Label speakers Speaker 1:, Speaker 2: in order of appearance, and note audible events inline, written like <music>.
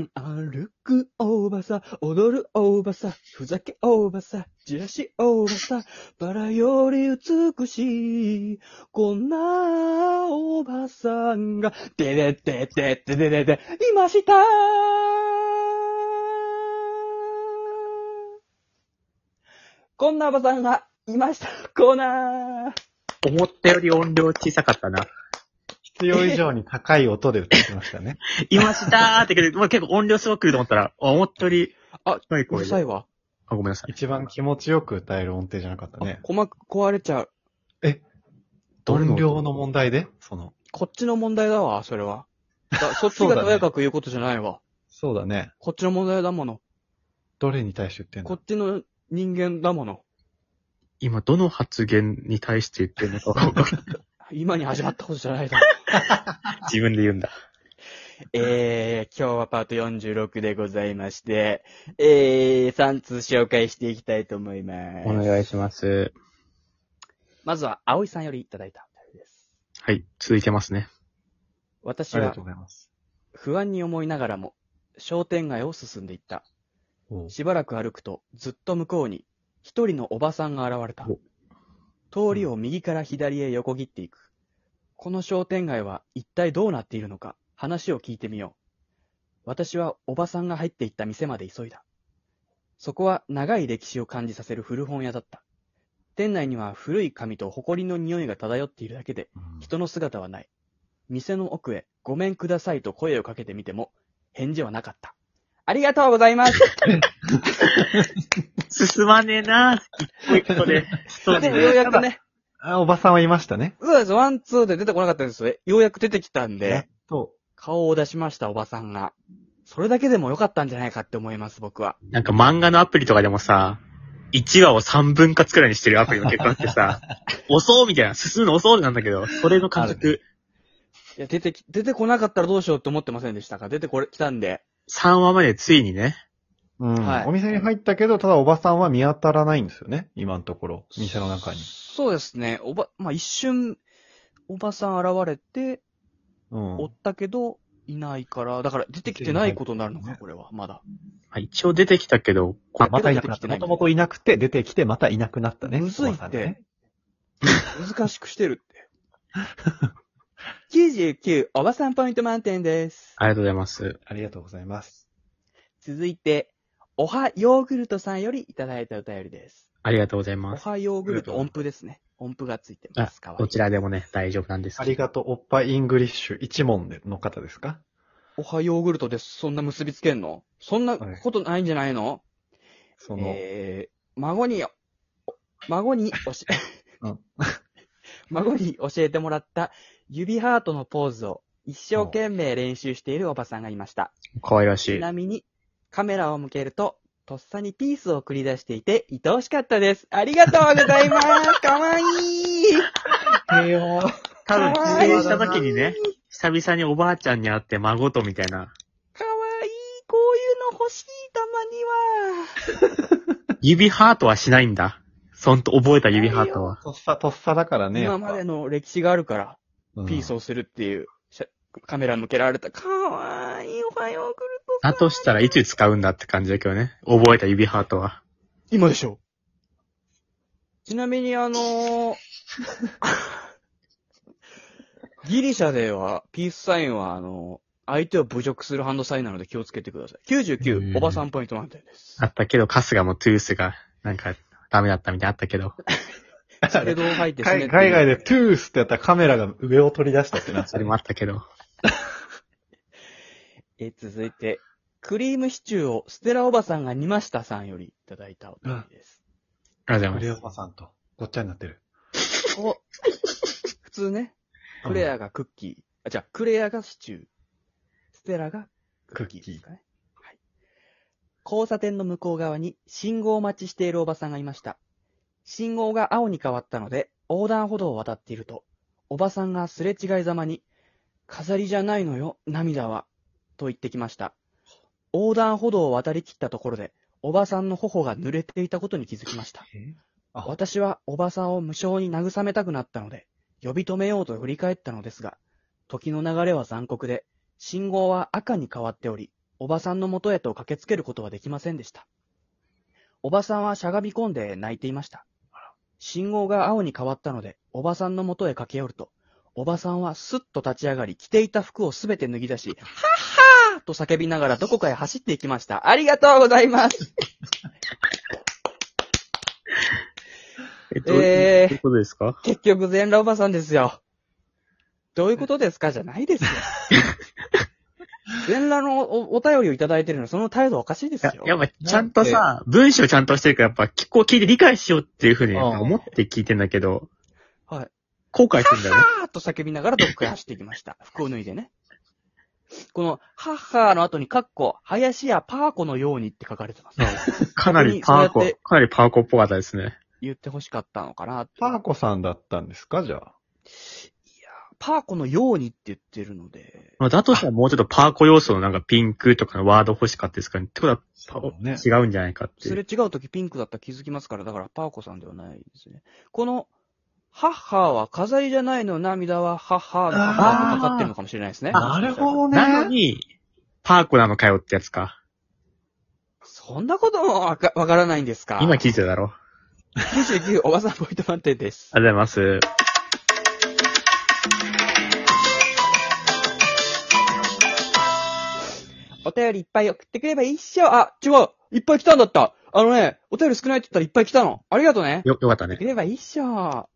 Speaker 1: ん、歩くおばさ、踊るおばさ、ふざけおばさ、じらしおばさ、バラより美しい、こんなおばさんが、でででででででで、いましたこんなおばさんが、いましたコーナー
Speaker 2: 思ったより音量小さかったな。
Speaker 3: 必要以上に高い音で歌ってまし
Speaker 1: <laughs>
Speaker 3: たね。
Speaker 2: いましたーってけど、まあ、結構音量すごく来ると思ったら、あ思ったより、
Speaker 1: あ、
Speaker 2: 低いう声
Speaker 1: る
Speaker 2: で
Speaker 1: さいわ。
Speaker 2: あ、ごめんなさい。
Speaker 3: 一番気持ちよく歌える音程じゃなかったね。
Speaker 1: 細く壊れちゃう。
Speaker 2: どれの
Speaker 3: 音量の問題でその。
Speaker 1: こっちの問題だわ、それは。 <laughs> だそっちがとやかく言うことじゃないわ。
Speaker 3: そうだね。
Speaker 1: こっちの問題だもの。
Speaker 3: どれに対して言ってん
Speaker 1: こ
Speaker 3: の
Speaker 1: っちの人間だもの。
Speaker 2: 今、どの発言に対して言ってるのか <laughs> 分からない
Speaker 1: 今に始まったことじゃないだろ。
Speaker 2: 自分で言うんだ。
Speaker 1: <laughs> えー、今日はパート46でございまして、えー、3通紹介していきたいと思います。
Speaker 2: お願いします。
Speaker 1: まずは、葵さんよりいただいたお便りです。
Speaker 2: はい、続いてますね。
Speaker 1: 私
Speaker 3: ありが
Speaker 1: は
Speaker 3: とうございます。
Speaker 1: 不安に思いながらも、商店街を進んでいった。
Speaker 3: おう
Speaker 1: しばらく歩くと、ずっと向こうに、一人のおばさんが現れた
Speaker 2: お。
Speaker 1: 通りを右から左へ横切っていく。この商店街は一体どうなっているのか、話を聞いてみよう。私はおばさんが入っていった店まで急いだ。そこは長い歴史を感じさせる古本屋だった。店内には古い紙と埃の匂いが漂っているだけで、
Speaker 3: うん
Speaker 1: 人の姿はない。店の奥へ、ごめんくださいと声をかけてみても、返事はなかった。ありがとうございます。
Speaker 2: 進まねえなー。一個一個で。そう
Speaker 1: で、
Speaker 2: で
Speaker 1: よ
Speaker 2: <laughs> す
Speaker 1: う
Speaker 2: ね。
Speaker 1: やくね、
Speaker 3: あ、おばさんはいましたね。
Speaker 1: そうです、ワン、ツーで出てこなかったんですよ。ようやく出てきたん
Speaker 3: や
Speaker 1: で
Speaker 3: っ、と、
Speaker 1: 顔を出しました、おばさんが。それだけでも良かったんじゃないかって思います、僕は。
Speaker 2: なんか漫画のアプリとかでもさ、1話を3分割くらいにしてるアプリの結果って <laughs> さ、遅うみたいな、進むの遅うなんだけど、それの感覚、
Speaker 1: いや、出てき、出てこなかったらどうしようって思ってませんでしたか出てこれ、来たんで。
Speaker 2: 3話までついにね、
Speaker 3: うん、
Speaker 1: はい
Speaker 3: お店に入ったけど、ただおばさんは見当たらないんですよね。今のところ。店の中に。
Speaker 1: そうですね、おば、まあ、一瞬、おばさん現れて、
Speaker 3: うん。
Speaker 1: 追ったけど、いないから、だから出てきてないことになるのか、これは、まだ。
Speaker 2: まあ、一応出てきたけど、こ
Speaker 3: あまたいなくなっ
Speaker 1: 出てき
Speaker 3: た。
Speaker 1: てない
Speaker 3: もともといなくて、出てきて、またいなくなったね。
Speaker 1: むずい
Speaker 3: お
Speaker 1: っ
Speaker 3: ばさんがね
Speaker 1: て。難しくしてるって。99、おばさんポイント満点です。
Speaker 2: ありがとうございます。
Speaker 3: ありがとうございます。
Speaker 1: 続いて、おはヨーグルトさんよりいただいたお便りです。
Speaker 2: ありがとうござい
Speaker 1: お
Speaker 2: ます。
Speaker 1: はヨーグルト音符ですね。音符がついてます。かわい
Speaker 2: ど
Speaker 1: い
Speaker 2: ち。らでもね、大丈夫なんです
Speaker 3: ありがとう、おっぱいイングリッシュ一問での方ですか
Speaker 1: おはヨーグルトです。そんな結びつけんのそんな
Speaker 3: はい
Speaker 1: ことないんじゃないの、
Speaker 3: その、
Speaker 1: えー、孫に、お孫に教え、
Speaker 3: うん
Speaker 1: <laughs> 孫に教えてもらった指ハートのポーズを一生懸命練習しているおばさんがいました。
Speaker 2: 可愛らし
Speaker 1: ち
Speaker 2: い。
Speaker 1: なみに、カメラを向けると、とっさにピースを繰り出していて、愛おしかったです。ありがとうござい
Speaker 3: <laughs>
Speaker 1: ます。かわいい。
Speaker 3: 平和。
Speaker 2: 多分、帰
Speaker 1: 可愛い
Speaker 2: 省した時にね、久々におばあちゃんに会って孫とみたい <laughs> な、
Speaker 1: かわいい。こういうの欲しい、たまには。
Speaker 2: 指ハートはしないんだ。そんと覚えた指ハートは。
Speaker 3: とっさ、とっさだからね。
Speaker 1: 今までの歴史があるから、ピース
Speaker 3: を。
Speaker 1: をするっていう、しゃカメラ向けられた。かわいい。おはようグルトさん。
Speaker 2: だとしたらいつ使うんだって感じだけどね。覚えた指ハートは。
Speaker 1: 今でしょ。ちなみにあのーギリシャでは、ピースサインはあのー相手を侮辱するハンドサインなので気をつけてください。
Speaker 2: う
Speaker 1: 99、
Speaker 2: ん
Speaker 1: おばさんポイント満点です。
Speaker 2: あったけど、カスガもトゥースが、なんか、ダメだったみたいなのあったけど。
Speaker 1: スペドを吐いてすね
Speaker 3: 海海外
Speaker 1: で。
Speaker 3: でトゥースってやったらカメラが上を取り出したってなっ
Speaker 2: そ
Speaker 3: て
Speaker 2: れ <laughs> もあったけど。
Speaker 1: え、続いて、クリームシチューをステラおばさんが煮ましたさんよりいただいたお便りです。
Speaker 2: ありがとうご
Speaker 3: ク
Speaker 2: ざい
Speaker 3: レ
Speaker 2: ます。
Speaker 3: オパさんとごっちゃになってる。
Speaker 1: お普通ね、クレアがクッキー。あ、じゃあ、クレアがシチュー。ステラがクッキーですかね。はい。交差点の向こう側に信号待ちしているおばさんがいました。信号が青に変わったので、横断歩道を渡っていると、おばさんがすれ違いざまに、飾りじゃないのよ、涙は、と言ってきました。横断歩道を渡りきったところで、おばさんの頬が濡れていたことに気づきました。
Speaker 3: あ
Speaker 1: 私はおばさんを無償に慰めたくなったので、呼び止めようと振り返ったのですが、時の流れは残酷で、信号は赤に変わっており、おばさんの元へと駆けつけることはできませんでした。おばさんはしゃがみ込んで泣いていました。信号が青に変わったので、おばさんの元へ駆け寄ると、おばさんはスッと立ち上がり、着ていた服をすべて脱ぎ出し、はっはーと叫びながらどこかへ走っていきました。ありがとうございます。
Speaker 2: えっと、
Speaker 1: えー
Speaker 2: どういうことですか
Speaker 1: 結局、全裸おばさんですよ。どういうことですかじゃない
Speaker 2: <laughs>
Speaker 1: ですよ。全裸のおお便りをいただいてるの、その態度おかしいで
Speaker 2: い
Speaker 1: す
Speaker 2: や
Speaker 1: よ、。
Speaker 2: やっぱ、ちゃんとさ、文章ちゃんとしてるから、やっぱ、結構聞いて理解しようっていうふうにやっぱ思って聞いてんだけど、
Speaker 1: はい。
Speaker 2: 後悔してんだよね。
Speaker 1: はっはーと叫びながらどっかへ走っていきました。服を脱いでね。この、はっはーの後に、かっこ、林やパーコのようにって書かれて
Speaker 2: <laughs>
Speaker 1: ます。
Speaker 2: かなりパー
Speaker 1: そうやっ
Speaker 2: コ、
Speaker 1: て
Speaker 2: かなりパーコっぽかったですね。
Speaker 1: 言って欲しかったのかなって。
Speaker 3: パーコさんだったんですかじゃあ。
Speaker 1: パーコのようにって言ってるので、
Speaker 2: まあだとしたらもうちょっとパーコ要素のなんかピンクとかのワード欲しかったですから、ね、ってことはパ
Speaker 3: そうね
Speaker 2: 違うんじゃないかってい
Speaker 1: す
Speaker 2: う。
Speaker 1: れ違う時ピンクだったら気づきますから、だからパーコさんではないですね。この、はっはーは飾りじゃないの涙は、はっはーの母がかかってるのかもしれないですね。
Speaker 3: なるほどね。
Speaker 2: なのに、パーコなのかよってやつか。
Speaker 1: そんなこともわかわからないんですか
Speaker 2: 今聞いてただろ。
Speaker 1: 99おばさんポイント満点です。
Speaker 2: ありがとうございます。
Speaker 1: お便りいっぱい送ってくればいいっしょ。あ、違ういっぱい来たんだったあのね、お便り少ないって言ったらいっぱい来たの。ありがとうね。
Speaker 2: よ、よかったね。
Speaker 1: 送ればいいっしょ。